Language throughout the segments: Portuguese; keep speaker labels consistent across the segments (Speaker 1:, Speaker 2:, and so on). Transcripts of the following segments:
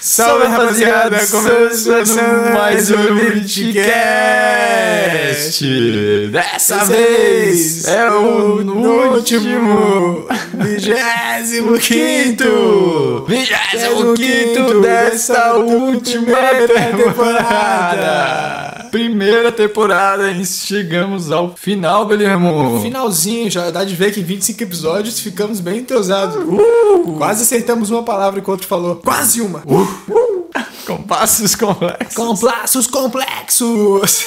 Speaker 1: Salve, rapaziada! Começando mais um Midcast! Dessa vez é o último, vigésimo quinto, vigésimo quinto dessa última temporada! Primeira temporada e chegamos ao final, Guilhermo!
Speaker 2: Finalzinho, já dá de ver que em 25 episódios ficamos bem entrosados.
Speaker 1: Uh!
Speaker 2: Quase acertamos uma palavra que o outro falou. Quase uma!
Speaker 1: Compassos complexos!
Speaker 2: Complexos complexos!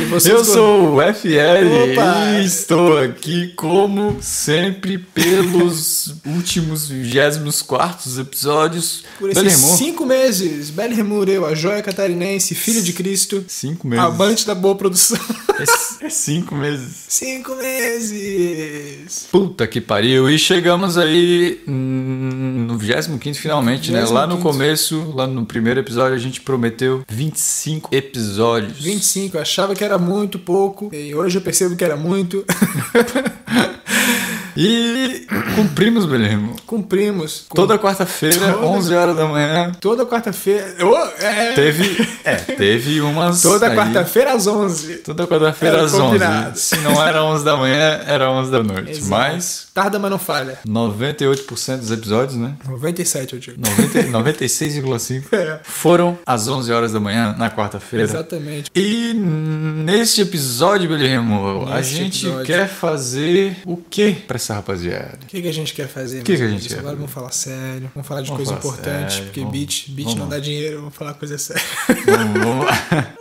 Speaker 2: E vocês
Speaker 1: Eu
Speaker 2: co-
Speaker 1: sou o FL
Speaker 2: Opa!
Speaker 1: e estou aqui, como sempre, pelos últimos 24 episódios
Speaker 2: Por
Speaker 1: do
Speaker 2: esses
Speaker 1: Lemon.
Speaker 2: cinco meses, Belle Remureu, a joia catarinense, filha de Cristo,
Speaker 1: Cinco meses.
Speaker 2: amante da boa produção.
Speaker 1: É c- É cinco meses.
Speaker 2: cinco meses!
Speaker 1: Puta que pariu. E chegamos aí hum, no 25 finalmente, né? Lá no
Speaker 2: 25º.
Speaker 1: começo, lá no primeiro episódio, a gente prometeu 25 episódios.
Speaker 2: 25, eu achava que era muito pouco, e hoje eu percebo que era muito.
Speaker 1: E cumprimos, Belemo.
Speaker 2: Cumprimos. Com-
Speaker 1: Toda quarta-feira,
Speaker 2: Toda-
Speaker 1: 11 horas da manhã,
Speaker 2: Toda quarta-feira. Ô, é,
Speaker 1: Teve, é, teve umas.
Speaker 2: Toda
Speaker 1: aí-
Speaker 2: quarta-feira às 11.
Speaker 1: Toda quarta-feira
Speaker 2: Era
Speaker 1: às 11.
Speaker 2: combinado.
Speaker 1: Se não era 11 da manhã, era 11 da noite.
Speaker 2: Exato.
Speaker 1: Mas
Speaker 2: Tarda, mas não falha.
Speaker 1: 98% dos episódios, né?
Speaker 2: 97, eu digo.
Speaker 1: 90 96,5
Speaker 2: É.
Speaker 1: foram às 11 horas da manhã na quarta-feira.
Speaker 2: Exatamente.
Speaker 1: E neste episódio, Beliremo, a
Speaker 2: Neste
Speaker 1: gente
Speaker 2: episódio.
Speaker 1: quer fazer o quê pra essa rapaziada?
Speaker 2: O que, que a gente quer fazer?
Speaker 1: Que que
Speaker 2: meus
Speaker 1: a gente
Speaker 2: amigos?
Speaker 1: quer
Speaker 2: Agora
Speaker 1: fazer?
Speaker 2: vamos falar sério, vamos falar de
Speaker 1: Vamos
Speaker 2: coisa
Speaker 1: falar
Speaker 2: importante,
Speaker 1: sério,
Speaker 2: porque
Speaker 1: vamos-
Speaker 2: beat, beat
Speaker 1: vamos
Speaker 2: não
Speaker 1: lá.
Speaker 2: dá dinheiro, vamos falar coisa séria.
Speaker 1: Vamos, vamos lá.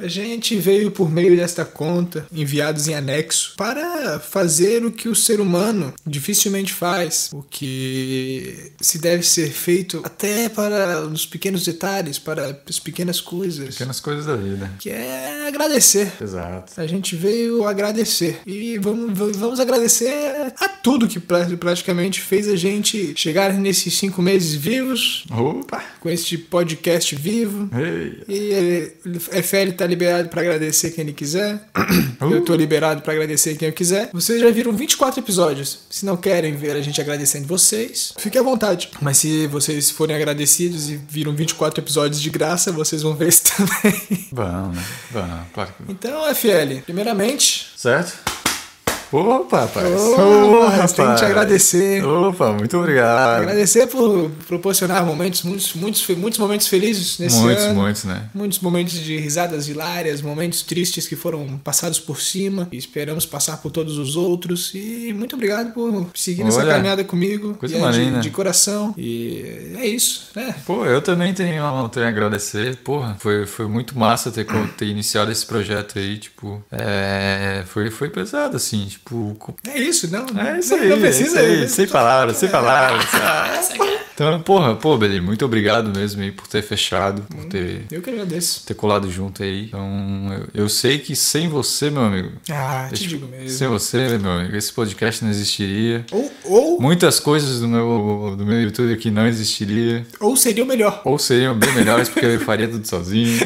Speaker 2: A gente veio por meio desta conta, enviados em anexo, para fazer o que o ser humano dificilmente faz, o que se deve ser feito até para os pequenos detalhes, para as pequenas coisas,
Speaker 1: Pequenas coisas da vida.
Speaker 2: que é agradecer.
Speaker 1: Exato.
Speaker 2: A gente veio agradecer. E vamos, vamos agradecer a tudo que pra- praticamente fez a gente chegar nesses cinco meses vivos,
Speaker 1: Opa!
Speaker 2: com este podcast vivo.
Speaker 1: Ei.
Speaker 2: E eh, FL tá liberado pra agradecer quem ele quiser. Eu tô liberado pra agradecer quem eu quiser. Vocês já viram 24 episódios. Se não querem ver a gente agradecendo vocês, fiquem à vontade. Mas se vocês forem agradecidos e viram 24 episódios de graça, vocês vão ver isso também.
Speaker 1: Vamos, né? Vamos, claro que
Speaker 2: Então, FL, primeiramente,
Speaker 1: Certo? Opa, rapaz!
Speaker 2: Ô, rapaz, tem que te agradecer.
Speaker 1: Opa, muito obrigado.
Speaker 2: Agradecer por proporcionar momentos, muitos, muitos, muitos momentos felizes nesse
Speaker 1: Muitos,
Speaker 2: ano.
Speaker 1: muitos, né?
Speaker 2: Muitos momentos de risadas hilárias, momentos tristes que foram passados por cima. E esperamos passar por todos os outros. E muito obrigado por seguir essa
Speaker 1: Olha,
Speaker 2: caminhada comigo.
Speaker 1: coisa
Speaker 2: E é de-
Speaker 1: maneira.
Speaker 2: de, coração. E é isso, né?
Speaker 1: Pô, eu também tenho, tenho a agradecer. Porra, foi, foi muito massa ter, co- ter iniciado esse projeto aí. Tipo, é, foi, foi pesado, assim. Tipo, co-
Speaker 2: É isso, não.
Speaker 1: é isso
Speaker 2: não-
Speaker 1: aí.
Speaker 2: Não precisa. né? Ah,
Speaker 1: é isso aí, Sem palavras, sem palavras.
Speaker 2: é
Speaker 1: Então, porra, pô, Beli, muito obrigado mesmo aí por ter fechado, por ter,
Speaker 2: Eu que agradeço.
Speaker 1: ter colado junto aí. Então, eu, eu sei que sem você, meu amigo,
Speaker 2: Ah, te
Speaker 1: Esse-
Speaker 2: digo mesmo.
Speaker 1: Sem você, meu amigo, esse podcast não existiria.
Speaker 2: Ou, ou,
Speaker 1: Muitas coisas do meu, do meu YouTube aqui não existiria.
Speaker 2: ou seria o melhor.
Speaker 1: Ou seriam bem melhores, porque eu faria tudo sozinho.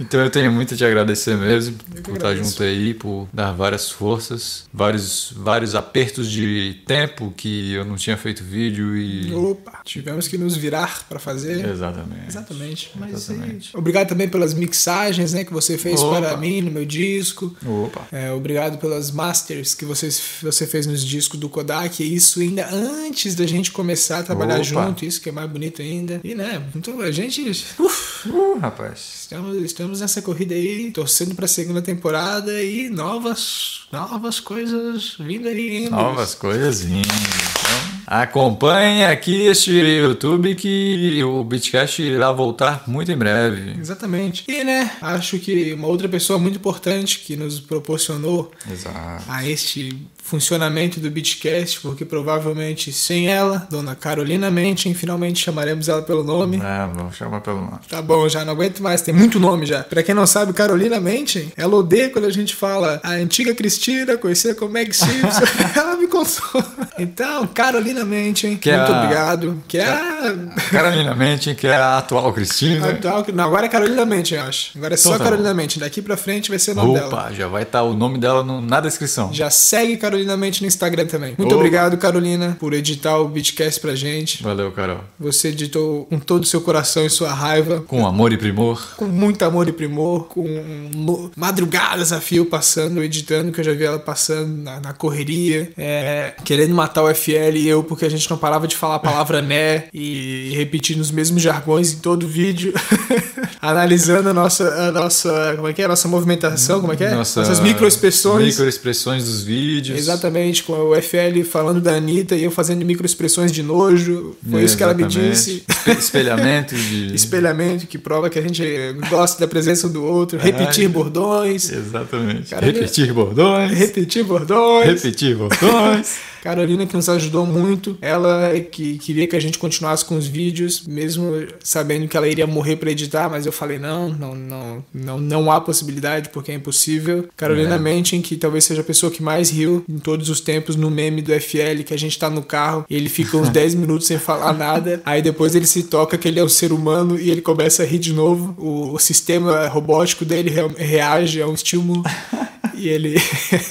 Speaker 1: Então eu tenho muito a te agradecer mesmo por estar
Speaker 2: agradeço.
Speaker 1: junto aí, por dar várias forças, vários, vários apertos de tempo que eu não tinha feito vídeo e.
Speaker 2: Opa, tivemos que nos virar pra fazer.
Speaker 1: Exatamente.
Speaker 2: Exatamente. Mas
Speaker 1: Exatamente.
Speaker 2: aí- Obrigado também pelas mixagens né, que você fez
Speaker 1: Opa.
Speaker 2: para mim no meu disco.
Speaker 1: Opa.
Speaker 2: É, obrigado pelas masters que vocês, você fez nos discos do Kodak. E Isso ainda antes da gente começar a trabalhar
Speaker 1: Opa.
Speaker 2: junto, isso que é mais bonito ainda. E né, então a gente. uf,
Speaker 1: Uh, rapaz.
Speaker 2: estamos, estamos nessa corrida aí, torcendo para a segunda temporada e novas, novas coisas vindo aí. ainda.
Speaker 1: Novas coisas vindo. Então, acompanhe aqui este YouTube que o Bitcast irá voltar muito em breve.
Speaker 2: Exatamente. E né, acho que uma outra pessoa muito importante que nos proporcionou
Speaker 1: Exato.
Speaker 2: a este funcionamento do Beatcast, porque provavelmente sem ela, Dona Carolina Menchen, finalmente chamaremos ela pelo nome.
Speaker 1: É, vou chamar pelo nome.
Speaker 2: Tá bom, já não aguento mais, tem muito nome já. Pra quem não sabe, Carolina Menchen, ela odeia quando a gente fala a antiga Cristina, conhecer como é Meg Simpson, ela me consola. Então, Carolina Menchen,
Speaker 1: Que é
Speaker 2: muito
Speaker 1: a-
Speaker 2: obrigado. Que é a...
Speaker 1: Carolina Mente, que é a atual né? Cristina.
Speaker 2: Atual- Não, agora é Carolina Menchen, eu acho. Agora é só
Speaker 1: Então tá bom. tá
Speaker 2: Carolina Menchen, daqui pra frente vai ser o nome dela.
Speaker 1: Opa, já vai estar o nome dela no- na descrição.
Speaker 2: Já segue Carolina Mente no Instagram também. Muito
Speaker 1: Opa.
Speaker 2: obrigado, Carolina, por editar o Beatcast pra gente.
Speaker 1: Valeu, Carol.
Speaker 2: Você editou com todo o seu coração e sua raiva,
Speaker 1: Com amor e primor.
Speaker 2: com muito amor e primor, com no- madrugadas a fio passando, editando, que eu já vi ela passando na, na correria, é, querendo matar o FL e eu, porque a gente não parava de falar a palavra né e repetindo os mesmos jargões em todo vídeo, analisando a nossa, a nossa, como é que é? A nossa movimentação, como é que é?
Speaker 1: Nossa-
Speaker 2: Nossas microexpressões.
Speaker 1: Microexpressões dos vídeos.
Speaker 2: Exatamente, com o FL falando da Anitta e eu fazendo microexpressões de nojo. Foi isso que ela me
Speaker 1: É, Exatamente.
Speaker 2: disse.
Speaker 1: Espe- Espelhamento de.
Speaker 2: Espelhamento que prova que a gente gosta da presença um do outro. Repetir bordões.
Speaker 1: Exatamente.
Speaker 2: Cara,
Speaker 1: Repetir bordões.
Speaker 2: Repetir bordões.
Speaker 1: Repetir bordões.
Speaker 2: Carolina que nos ajudou muito. Ela é que queria que a gente continuasse com os vídeos, mesmo sabendo que ela iria morrer pra editar, mas eu falei não, não, não, não, não há possibilidade porque é impossível. Carolina
Speaker 1: É.
Speaker 2: Menchen, que talvez seja a pessoa que mais riu em todos os tempos no meme do FL, que a gente tá no carro, e ele fica uns 10 minutos sem falar nada, aí depois ele se toca que ele é um ser humano e ele começa a rir de novo. O, o sistema robótico dele re- reage a um estímulo. E ele.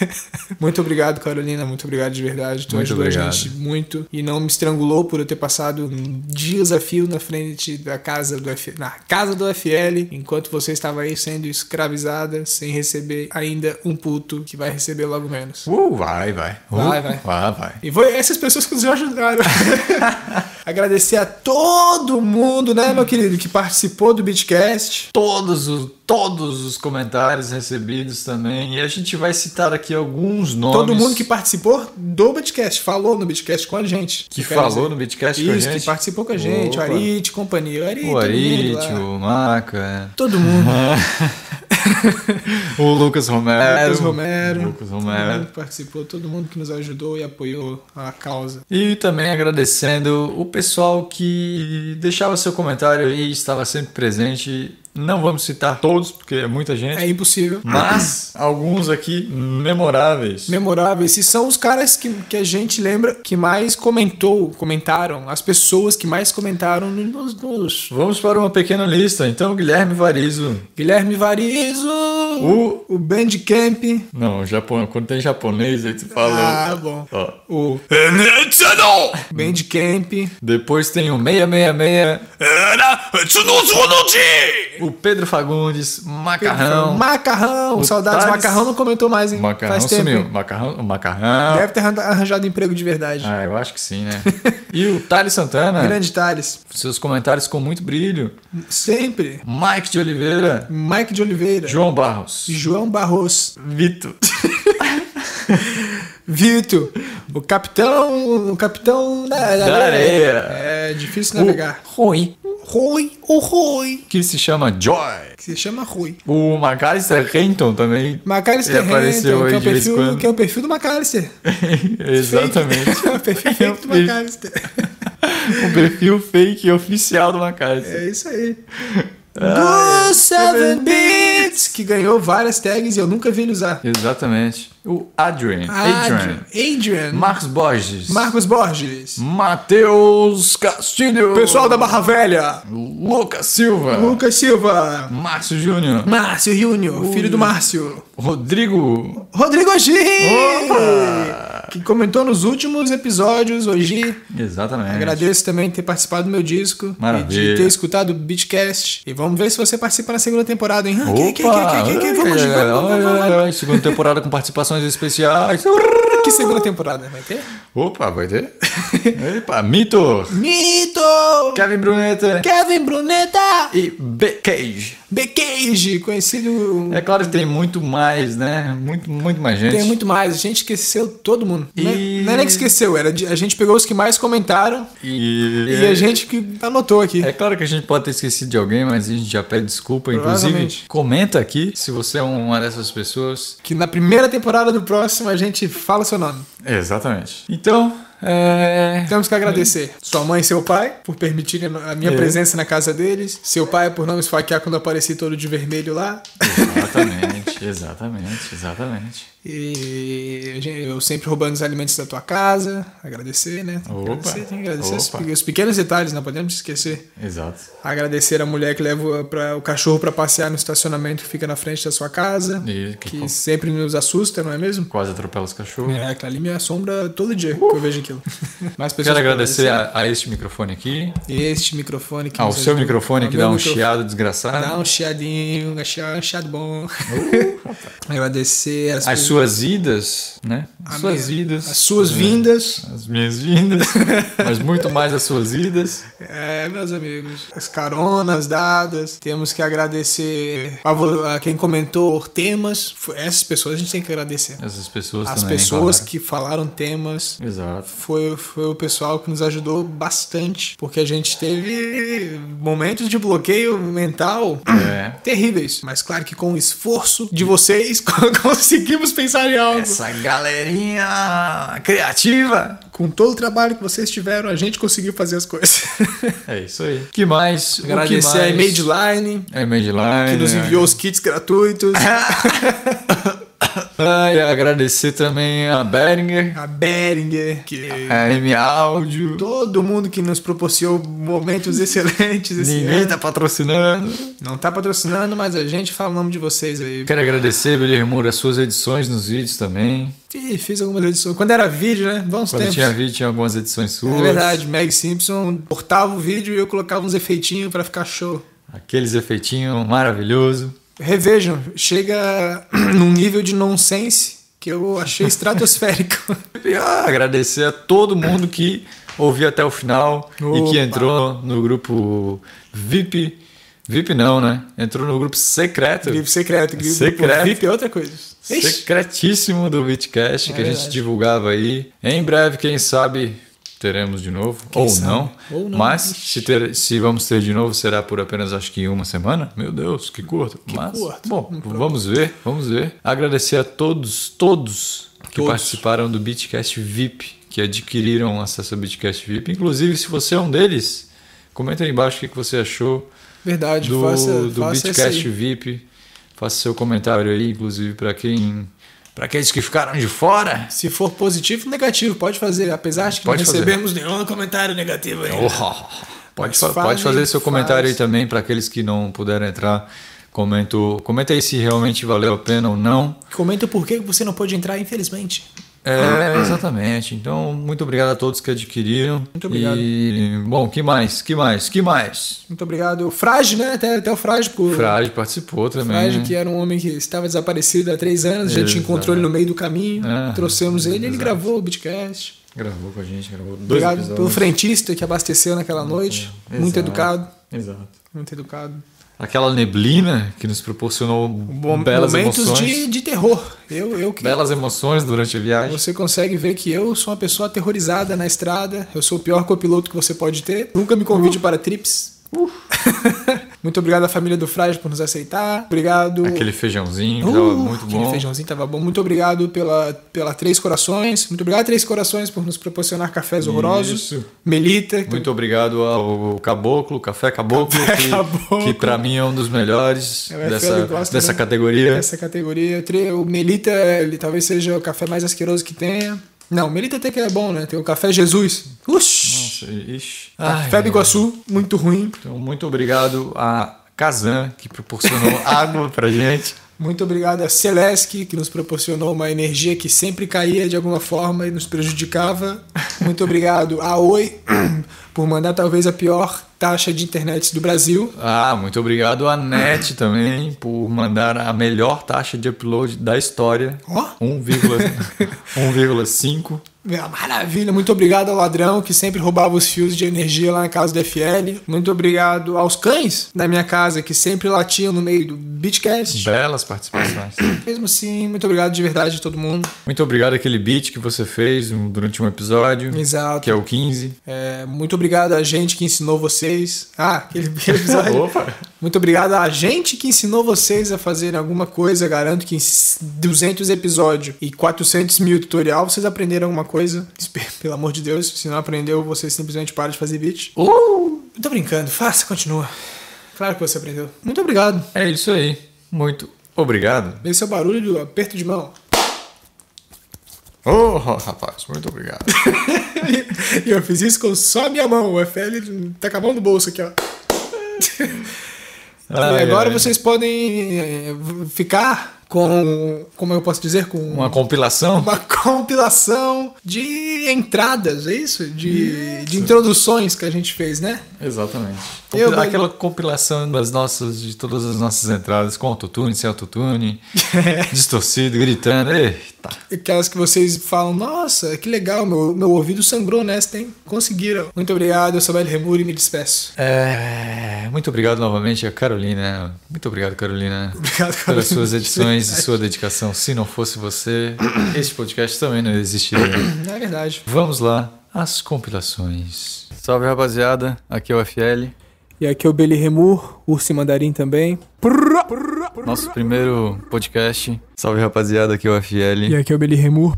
Speaker 2: muito obrigado, Carolina. Muito obrigado de verdade. Tu
Speaker 1: Muito
Speaker 2: ajudou a
Speaker 1: obrigado.
Speaker 2: gente muito. E não me estrangulou por eu ter passado dias a fio na frente da casa do F... na casa do FL, enquanto você estava aí sendo escravizada, sem receber ainda um puto que vai receber logo menos.
Speaker 1: Uh, vai, vai. Uh,
Speaker 2: Vai, vai.
Speaker 1: Vai, vai.
Speaker 2: E foi essas pessoas que nos ajudaram. Agradecer a todo mundo, né, meu querido, que participou do Beatcast.
Speaker 1: Todos os, todos os comentários recebidos também. E a gente vai citar aqui alguns nomes.
Speaker 2: Todo mundo que participou do Bitcast, falou no Bitcast com a gente.
Speaker 1: que
Speaker 2: Eu quero
Speaker 1: falou
Speaker 2: dizer.
Speaker 1: no Bitcast com a
Speaker 2: Isso,
Speaker 1: gente.
Speaker 2: que participou com a gente,
Speaker 1: Opa.
Speaker 2: o Arite, companhia. O Arite,
Speaker 1: O
Speaker 2: todo mundo
Speaker 1: Arite,
Speaker 2: lá.
Speaker 1: o Maca,
Speaker 2: Todo mundo.
Speaker 1: é. o Lucas Romero.
Speaker 2: Lucas Romero.
Speaker 1: Lucas
Speaker 2: Todo
Speaker 1: Romero.
Speaker 2: mundo que participou, todo mundo que nos ajudou e apoiou a causa.
Speaker 1: E também agradecendo o pessoal que deixava seu comentário e estava sempre presente. Não vamos citar todos, porque é muita gente,
Speaker 2: É impossível.
Speaker 1: mas alguns aqui memoráveis.
Speaker 2: Memoráveis. E são os caras que, que a gente lembra que mais comentou, comentaram. As pessoas que mais comentaram nos... nos...
Speaker 1: Vamos para uma pequena lista. Então, Guilherme Varizo,
Speaker 2: Guilherme Varizo,
Speaker 1: o.
Speaker 2: o Bandcamp.
Speaker 1: Não, Japão, quando tem japonês, aí tu fala.
Speaker 2: Ah, bom.
Speaker 1: Ó. É, né,
Speaker 2: O Bandcamp.
Speaker 1: Depois tem o 666, o Pedro Fagundes, Macarrão.
Speaker 2: Macarrão.
Speaker 1: O
Speaker 2: Saudades.
Speaker 1: Thales-
Speaker 2: Macarrão não comentou mais, hein?
Speaker 1: O Macarrão
Speaker 2: Faz tempo.
Speaker 1: sumiu.
Speaker 2: hein?
Speaker 1: Macarrão, o macarrão.
Speaker 2: Deve ter arran- arranjado emprego de verdade.
Speaker 1: Ah, eu acho que sim, né? e o Thales Santana,
Speaker 2: Grande Thales.
Speaker 1: seus comentários com muito brilho.
Speaker 2: Sempre.
Speaker 1: Mike de Oliveira,
Speaker 2: Mike de Oliveira.
Speaker 1: João Barros,
Speaker 2: João Barros.
Speaker 1: Vitor,
Speaker 2: Vitor. O capitão. O capitão da, da-
Speaker 1: Da areia.
Speaker 2: É difícil navegar.
Speaker 1: o Rui,
Speaker 2: Rui. O Rui.
Speaker 1: que se chama Joy.
Speaker 2: Que se chama Rui.
Speaker 1: O McAllister Renton também.
Speaker 2: McAllister
Speaker 1: Ele apareceu
Speaker 2: Renton, que, é
Speaker 1: aí
Speaker 2: o
Speaker 1: de vez em
Speaker 2: perfil,
Speaker 1: quando.
Speaker 2: que é o perfil do McAllister.
Speaker 1: Exatamente.
Speaker 2: Fake. É o perfil fake do McAllister.
Speaker 1: o perfil fake oficial do McAllister.
Speaker 2: É isso aí.
Speaker 1: Ah,
Speaker 2: Do Seven Beats, que ganhou várias tags e eu nunca vi ele usar.
Speaker 1: Exatamente. O Adrian. Adrian.
Speaker 2: Adrian.
Speaker 1: Marcos Borges.
Speaker 2: Marcos Borges.
Speaker 1: Matheus Castilho.
Speaker 2: Pessoal da Barra Velha.
Speaker 1: Lucas Silva.
Speaker 2: Lucas Silva.
Speaker 1: Márcio Júnior.
Speaker 2: Márcio Júnior, filho do Márcio.
Speaker 1: Rodrigo.
Speaker 2: Rodrigo Ogi!
Speaker 1: Opa!
Speaker 2: Que comentou nos últimos episódios, Ogi.
Speaker 1: Exatamente.
Speaker 2: Agradeço também ter participado do meu disco. E
Speaker 1: Maravilha.
Speaker 2: de ter escutado o Beatcast. E vamos ver se você participa na segunda temporada, hein? Ah,
Speaker 1: Opa!
Speaker 2: Quem, quem, quem, quem, quem? Vamos,
Speaker 1: Olha,
Speaker 2: vamos, vamos, vamos.
Speaker 1: olha, olha, Segunda temporada com participações especiais.
Speaker 2: Que segunda temporada vai ter?
Speaker 1: Opa, vai ter? Epa, Mito.
Speaker 2: Mito!
Speaker 1: Kevin Bruneta.
Speaker 2: Kevin Bruneta!
Speaker 1: E B. Cage.
Speaker 2: Becage, conhecido
Speaker 1: É claro que tem muito mais, né? Muito, muito mais gente.
Speaker 2: Tem muito mais. A gente esqueceu todo mundo. Não é-
Speaker 1: E-
Speaker 2: Não é nem que esqueceu, era de- a gente pegou os que mais comentaram
Speaker 1: E,
Speaker 2: e a gente que anotou aqui.
Speaker 1: É claro que a gente pode ter esquecido de alguém, mas a gente já pede desculpa. Inclusive,
Speaker 2: Provavelmente.
Speaker 1: comenta aqui se você é uma dessas pessoas.
Speaker 2: Que na primeira temporada do próximo a gente fala seu nome.
Speaker 1: Exatamente. Então, é...
Speaker 2: Temos que agradecer sua mãe e seu pai por permitirem a minha
Speaker 1: É.
Speaker 2: presença na casa deles. Seu pai por não me esfaquear quando eu apareci todo de vermelho lá.
Speaker 1: Exatamente. Exatamente, exatamente.
Speaker 2: E eu sempre roubando os alimentos da tua casa, agradecer, né? Tem que
Speaker 1: Opa.
Speaker 2: agradecer, tem que agradecer os,
Speaker 1: Opa.
Speaker 2: pe- os pequenos detalhes, não podemos esquecer.
Speaker 1: Exato.
Speaker 2: Agradecer a mulher que leva o- pra, o cachorro pra passear no estacionamento que fica na frente da sua casa,
Speaker 1: E que
Speaker 2: que
Speaker 1: co-
Speaker 2: sempre nos assusta, não é mesmo?
Speaker 1: quase atropela os cachorros.
Speaker 2: É, aquela ali me assombra todo dia que eu vejo aquilo. Mas pessoas
Speaker 1: Quero agradecer a, a este microfone aqui,
Speaker 2: este microfone que
Speaker 1: ao
Speaker 2: nos
Speaker 1: seu
Speaker 2: ajuda.
Speaker 1: microfone
Speaker 2: Ao
Speaker 1: que
Speaker 2: meu
Speaker 1: dá um
Speaker 2: microfone.
Speaker 1: chiado desgraçado,
Speaker 2: Dá um chiadinho, um chiado, um chiado bom. Agradecer as,
Speaker 1: as suas idas, né? As
Speaker 2: a
Speaker 1: suas
Speaker 2: minha-
Speaker 1: idas.
Speaker 2: as suas
Speaker 1: né?
Speaker 2: vindas.
Speaker 1: As minhas vindas, mas muito mais as suas idas.
Speaker 2: É, meus amigos, as caronas dadas, temos que agradecer a, vo- a quem comentou temas, Foi- essas pessoas a gente tem que agradecer.
Speaker 1: Essas pessoas
Speaker 2: As
Speaker 1: também.
Speaker 2: pessoas
Speaker 1: falaram.
Speaker 2: que falaram temas,
Speaker 1: Exato.
Speaker 2: foi, foi o pessoal que nos ajudou bastante, porque a gente teve momentos de bloqueio mental
Speaker 1: É.
Speaker 2: terríveis, mas claro que com o esforço de vocês conseguimos pensar em algo.
Speaker 1: Essa galerinha criativa.
Speaker 2: Com todo o trabalho que vocês tiveram, a gente conseguiu fazer as coisas.
Speaker 1: É isso aí. que mais?
Speaker 2: Agradecer a Madeline,
Speaker 1: a Image
Speaker 2: que nos enviou os kits gratuitos.
Speaker 1: Ai, agradecer também a Beringer,
Speaker 2: a Beringer, que
Speaker 1: a M Áudio.
Speaker 2: todo mundo que nos proporcionou momentos excelentes esse
Speaker 1: Ninguém
Speaker 2: ano.
Speaker 1: tá patrocinando.
Speaker 2: Não tá patrocinando, mas a gente fala o nome de vocês aí.
Speaker 1: Quero agradecer, Billy Moura, as suas edições nos vídeos também.
Speaker 2: Ih, fiz algumas edições. Quando era vídeo, né? Bons
Speaker 1: Quando
Speaker 2: tempos.
Speaker 1: tinha vídeo, tinha algumas edições suas.
Speaker 2: É verdade, Meg Simpson cortava o vídeo e eu colocava uns efeitinhos pra ficar show.
Speaker 1: Aqueles efeitinhos maravilhoso.
Speaker 2: Revejam, chega num nível de nonsense que eu achei estratosférico.
Speaker 1: E ah, agradecer a todo mundo que ouviu até o final e
Speaker 2: Opa.
Speaker 1: que entrou no grupo VIP. VIP não, né? Entrou no grupo secreto.
Speaker 2: Gripe secreto, gripe
Speaker 1: Secreto.
Speaker 2: VIP é outra coisa. Ixi, É
Speaker 1: secretíssimo do Bitcast que a gente
Speaker 2: verdade.
Speaker 1: divulgava aí. Em breve, quem sabe, teremos de novo. ou,
Speaker 2: sabe?
Speaker 1: Não.
Speaker 2: Ou não.
Speaker 1: Mas se, ter- se vamos ter de novo, será por apenas acho que uma semana? Meu Deus, que curto. Mas,
Speaker 2: curto.
Speaker 1: bom, vamos ver, vamos ver. Agradecer a todos, todos que
Speaker 2: Todos.
Speaker 1: participaram do Bitcast VIP, que adquiriram acesso ao Bitcast VIP. Inclusive, se você é um deles, comenta aí embaixo o que que você achou
Speaker 2: verdade,
Speaker 1: do,
Speaker 2: faça,
Speaker 1: do
Speaker 2: faça essa
Speaker 1: Bitcast
Speaker 2: aí.
Speaker 1: VIP. Faça seu comentário aí, inclusive para quem, para aqueles que ficaram de fora.
Speaker 2: Se for positivo, negativo, pode fazer. Apesar de que
Speaker 1: Pode
Speaker 2: não
Speaker 1: fazer.
Speaker 2: recebemos nenhum comentário negativo ainda.
Speaker 1: Oh, pode, fa-
Speaker 2: fala
Speaker 1: pode
Speaker 2: aí,
Speaker 1: fazer seu
Speaker 2: faz.
Speaker 1: comentário aí também para aqueles que não puderam entrar. Comenta, o- comenta aí se realmente valeu a pena ou não.
Speaker 2: Comenta por que você não pôde entrar, infelizmente. Ah.
Speaker 1: É, exatamente. Então, muito obrigado a todos que adquiriram.
Speaker 2: Muito obrigado.
Speaker 1: E, bom, que mais? Que mais? Que mais?
Speaker 2: Muito obrigado. O Frage, né? Até, até o Frage, por.
Speaker 1: Frade participou também. né?
Speaker 2: Frage, que era um homem que estava desaparecido há três anos, a gente
Speaker 1: Exato.
Speaker 2: encontrou ele no meio do caminho,
Speaker 1: Ah,
Speaker 2: trouxemos ele, ele gravou o Bitcast.
Speaker 1: Gravou com a gente, gravou dois
Speaker 2: Obrigado
Speaker 1: episódios. É,
Speaker 2: pelo frentista que abasteceu naquela noite. Muito
Speaker 1: Exato.
Speaker 2: educado,
Speaker 1: Exato.
Speaker 2: muito educado.
Speaker 1: Aquela neblina que nos proporcionou belas
Speaker 2: Momentos
Speaker 1: emoções.
Speaker 2: de, de terror. Eu, eu que
Speaker 1: Belas emoções durante a viagem.
Speaker 2: Você consegue ver que eu sou uma pessoa aterrorizada na estrada. Eu sou o pior copiloto que você pode ter. Nunca me
Speaker 1: Uh.
Speaker 2: convide para trips. muito obrigado à família do Frágil por nos aceitar. Obrigado.
Speaker 1: Aquele feijãozinho,
Speaker 2: Uh,
Speaker 1: que tava muito
Speaker 2: aquele
Speaker 1: bom.
Speaker 2: feijãozinho tava bom. Muito obrigado pela, pela Três Corações. Muito obrigado, Três Corações, por nos proporcionar cafés horrorosos.
Speaker 1: Isso.
Speaker 2: Melita.
Speaker 1: Muito obrigado ao Caboclo, Café Caboclo,
Speaker 2: Café
Speaker 1: que,
Speaker 2: Caboclo.
Speaker 1: que para mim é um dos melhores
Speaker 2: É, mas eu
Speaker 1: dessa,
Speaker 2: gosto,
Speaker 1: dessa
Speaker 2: né?
Speaker 1: categoria.
Speaker 2: Essa categoria. O tre- O Melita, ele talvez seja o café mais asqueroso que tenha. Não, Melita até que é bom, né? Tem o Café Jesus. Uxi!
Speaker 1: Nossa, ixi. Ai,
Speaker 2: Café Biguaçu, muito ruim.
Speaker 1: então, muito obrigado a Kazan, que proporcionou água pra gente.
Speaker 2: Muito obrigado a Celesc, que nos proporcionou uma energia que sempre caía de alguma forma e nos prejudicava. Muito obrigado a Oi, por mandar talvez a pior taxa de internet do Brasil.
Speaker 1: Ah, muito obrigado a NET também por mandar a melhor taxa de upload da história.
Speaker 2: Ó.
Speaker 1: 1,5.
Speaker 2: Minha maravilha, muito obrigado ao ladrão que sempre roubava os fios de energia lá na casa do FL. Muito obrigado aos cães da minha casa que sempre latiam no meio do Beatcast.
Speaker 1: Belas participações.
Speaker 2: Mesmo assim, muito obrigado de verdade a todo mundo.
Speaker 1: Muito obrigado àquele beat que você fez um- durante um episódio,
Speaker 2: Exato.
Speaker 1: que é o 15.
Speaker 2: É, muito obrigado a gente que ensinou vocês. Ah, aquele episódio.
Speaker 1: Opa!
Speaker 2: Muito obrigado a gente que ensinou vocês a fazerem alguma coisa. Garanto que em 200 episódios e 400 mil tutorial vocês aprenderam alguma coisa. Espe- Pelo amor de Deus, se não aprendeu, você simplesmente para de fazer beat.
Speaker 1: Uh,
Speaker 2: Eu tô brincando, faça, continua. Claro que você aprendeu. Muito obrigado.
Speaker 1: É isso aí. Muito Obrigado.
Speaker 2: Esse é o barulho do aperto de mão.
Speaker 1: Oh, rapaz, muito obrigado.
Speaker 2: e eu fiz isso com só a minha mão. O FL tá com a mão no bolso aqui, ó.
Speaker 1: Ai,
Speaker 2: e agora
Speaker 1: ai.
Speaker 2: vocês podem eh, ficar com, como eu posso dizer, com
Speaker 1: Uma compilação?
Speaker 2: uma compilação de entradas, é isso? De, de introduções que a gente fez, né?
Speaker 1: Exatamente.
Speaker 2: Eu,
Speaker 1: Compila-
Speaker 2: mas-
Speaker 1: Aquela compilação das nossas, de todas as nossas entradas com autotune, sem autotune, distorcido, gritando. Eita.
Speaker 2: Aquelas que vocês falam, nossa, que legal, meu, meu ouvido sangrou nesta, hein? Conseguiram. Muito obrigado, eu sou Bel Remuri e me despeço.
Speaker 1: É, muito obrigado novamente a Carolina. Muito obrigado, Carolina.
Speaker 2: Obrigado,
Speaker 1: Pelas
Speaker 2: Carolina.
Speaker 1: suas edições e sua dedicação. Se não fosse você, este podcast também não existiria.
Speaker 2: É verdade.
Speaker 1: Vamos lá, as compilações. Salve rapaziada, aqui é o FL.
Speaker 2: E aqui é o Beli Remur, Urso Mandarim também.
Speaker 1: Nosso primeiro podcast. Salve rapaziada, aqui é o FL.
Speaker 2: aqui é o Beli Remur.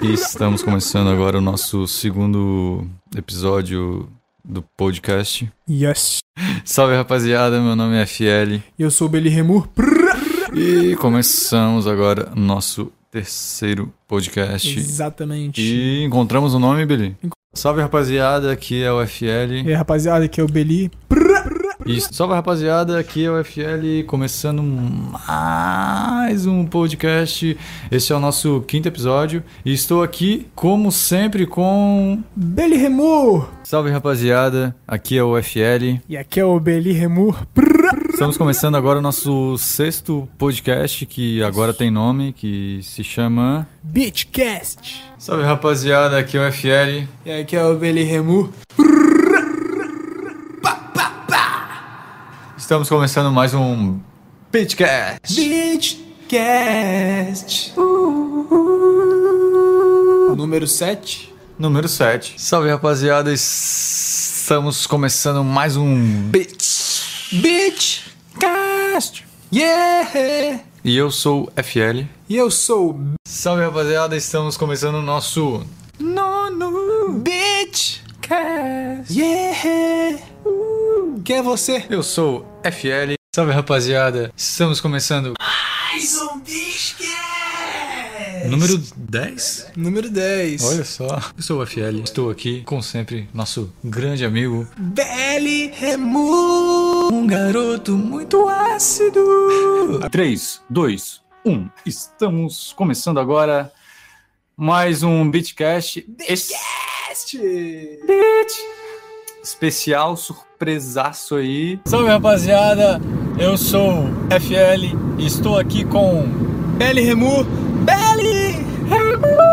Speaker 1: E estamos começando agora o nosso segundo episódio do podcast.
Speaker 2: Yes.
Speaker 1: Salve rapaziada, meu nome é FL.
Speaker 2: E eu sou o Beli Remur.
Speaker 1: E começamos agora o nosso terceiro podcast.
Speaker 2: Exatamente.
Speaker 1: E encontramos o nome, Billy? Salve rapaziada, aqui é o FL.
Speaker 2: aí, rapaziada, aqui é o Beli.
Speaker 1: E salve rapaziada, aqui é o FL começando mais um podcast. Esse é o nosso quinto episódio e estou aqui, como sempre, com.
Speaker 2: Beli Remur!
Speaker 1: Salve rapaziada, aqui é o FL.
Speaker 2: E aqui é o Beli Remur.
Speaker 1: Estamos começando agora o nosso sexto podcast que agora tem nome, que se chama.
Speaker 2: Beachcast.
Speaker 1: Salve rapaziada, aqui é o FL.
Speaker 2: E aqui é o Beli Remur.
Speaker 1: Estamos começando mais um podcast.
Speaker 2: Beachcast. Número 7.
Speaker 1: Número 7. Salve rapaziada, estamos começando mais um Bits.
Speaker 2: Beachcast. Yeah!
Speaker 1: E eu sou o FL.
Speaker 2: E eu sou o
Speaker 1: Salve rapaziada, estamos começando o nosso.
Speaker 2: Nono Beachcast. Yeah! Uh, quem é você?
Speaker 1: Eu sou o FL. Salve rapaziada, estamos começando. Mais um Biscuit! Número 10?
Speaker 2: Número 10.
Speaker 1: Olha só, eu sou o FL, estou aqui, como sempre, nosso grande amigo.
Speaker 2: Beli Remur.
Speaker 1: Um garoto muito ácido! 3, 2, 1, estamos começando agora mais um Beatcast. Esse especial surpresaço aí. Salve rapaziada, eu sou o FL e estou aqui com
Speaker 2: Beli Remur. Beli Remur.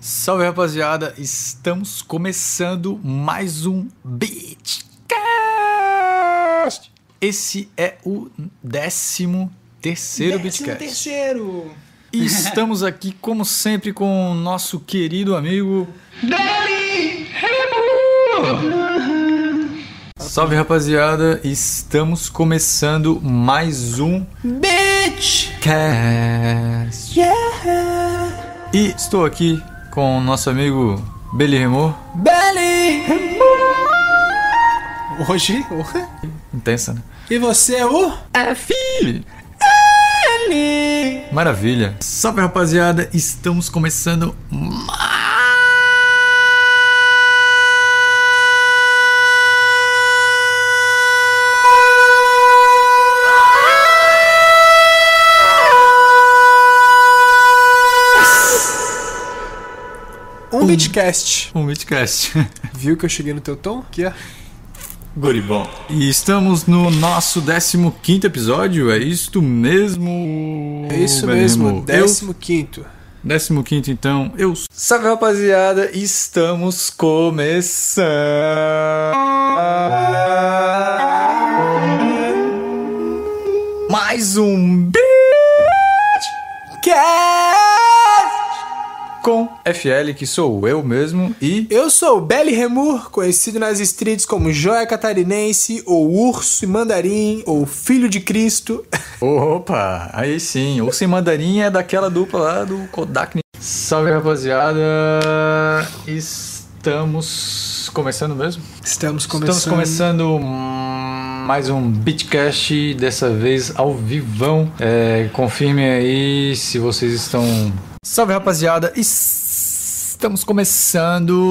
Speaker 1: Salve rapaziada, estamos começando mais um Beatcast. Esse é o décimo terceiro Beatcast.
Speaker 2: é terceiro.
Speaker 1: E estamos aqui como sempre com o nosso querido amigo Salve rapaziada, estamos começando mais um
Speaker 2: Bitch!
Speaker 1: cast.
Speaker 2: Yeah!
Speaker 1: E estou aqui com o nosso amigo Beli Remor.
Speaker 2: Belly! Hoje?
Speaker 1: Intensa, né?
Speaker 2: E você é o?
Speaker 1: Filho! Maravilha. Salve rapaziada, estamos começando um
Speaker 2: Um Bitcast.
Speaker 1: um Midcast.
Speaker 2: Viu que eu cheguei no teu tom? Aqui, ó.
Speaker 1: Goribom. E estamos no nosso 15 episódio, é isto mesmo?
Speaker 2: É isso
Speaker 1: Beli
Speaker 2: mesmo,
Speaker 1: Remor? Eu
Speaker 2: 15.
Speaker 1: 15 então, eu. Salve rapaziada, estamos começando. Mais um com FL, que sou eu mesmo, e.
Speaker 2: Eu sou o Belly Remur, conhecido nas streets como Joia Catarinense, ou Urso e Mandarim, ou Filho de Cristo.
Speaker 1: Opa, aí sim, ou sem mandarim é daquela dupla lá do Kodak. Salve rapaziada, estamos. Estamos começando mesmo?
Speaker 2: Estamos começando.
Speaker 1: Estamos começando hum, mais um Beatcast, dessa vez ao vivão. É, confirme aí se vocês estão. Salve rapaziada! Estamos começando.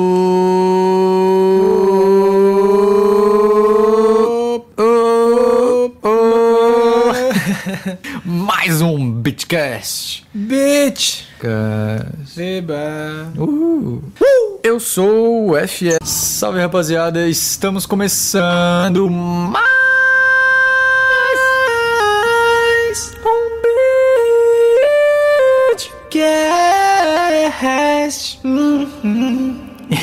Speaker 1: Mais um Beatcast.
Speaker 2: Bitch!
Speaker 1: Cast.
Speaker 2: Eba!
Speaker 1: Uh. Eu sou o FS. Salve rapaziada, estamos começando mais um Beatcast.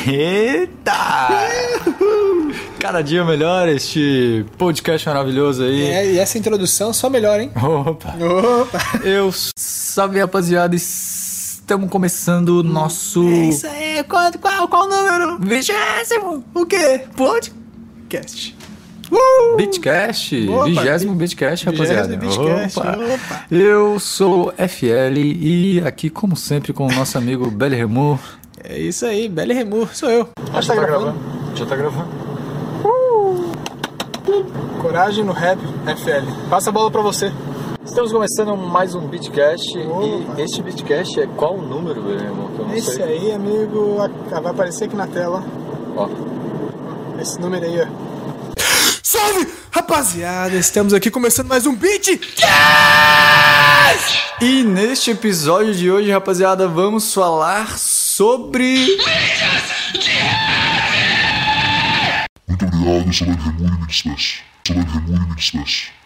Speaker 1: Eita! Cada dia melhor este podcast maravilhoso aí.
Speaker 2: É, e essa introdução só melhor, hein?
Speaker 1: Opa!
Speaker 2: Opa!
Speaker 1: Eu salve rapaziada, estamos começando o nosso
Speaker 2: É aí, qual, qual, qual número?
Speaker 1: vigésimo
Speaker 2: O quê? Podcast. Uh!
Speaker 1: Bitcast,
Speaker 2: Opa,
Speaker 1: vigésimo
Speaker 2: bi-
Speaker 1: Bitcast, rapaziada.
Speaker 2: vigésimo Beatcast,
Speaker 1: Opa.
Speaker 2: opa.
Speaker 1: Eu sou FL e aqui, como sempre, com o nosso amigo Beli Remu.
Speaker 2: É isso aí, Belle Remur, sou eu. Acho que tá Uh!
Speaker 1: Já tá gravando?
Speaker 2: Coragem no rap, FL. Passa a bola pra você.
Speaker 1: Estamos começando mais um Bitcast
Speaker 2: Opa.
Speaker 1: e este Bitcast é qual o número, Beli Remu? Que eu não
Speaker 2: É isso
Speaker 1: sei.
Speaker 2: aí, amigo. Ah, Vai aparecer aqui na tela,
Speaker 1: Ó,
Speaker 2: ó. Esse número aí, ó. Salve, rapaziada! Estamos aqui começando mais um beat!
Speaker 1: E neste episódio de hoje, rapaziada, vamos falar sobre.
Speaker 3: Muito obrigado, eu sou Led Remuno e me despeço. Sou Led Remuno e me despeço.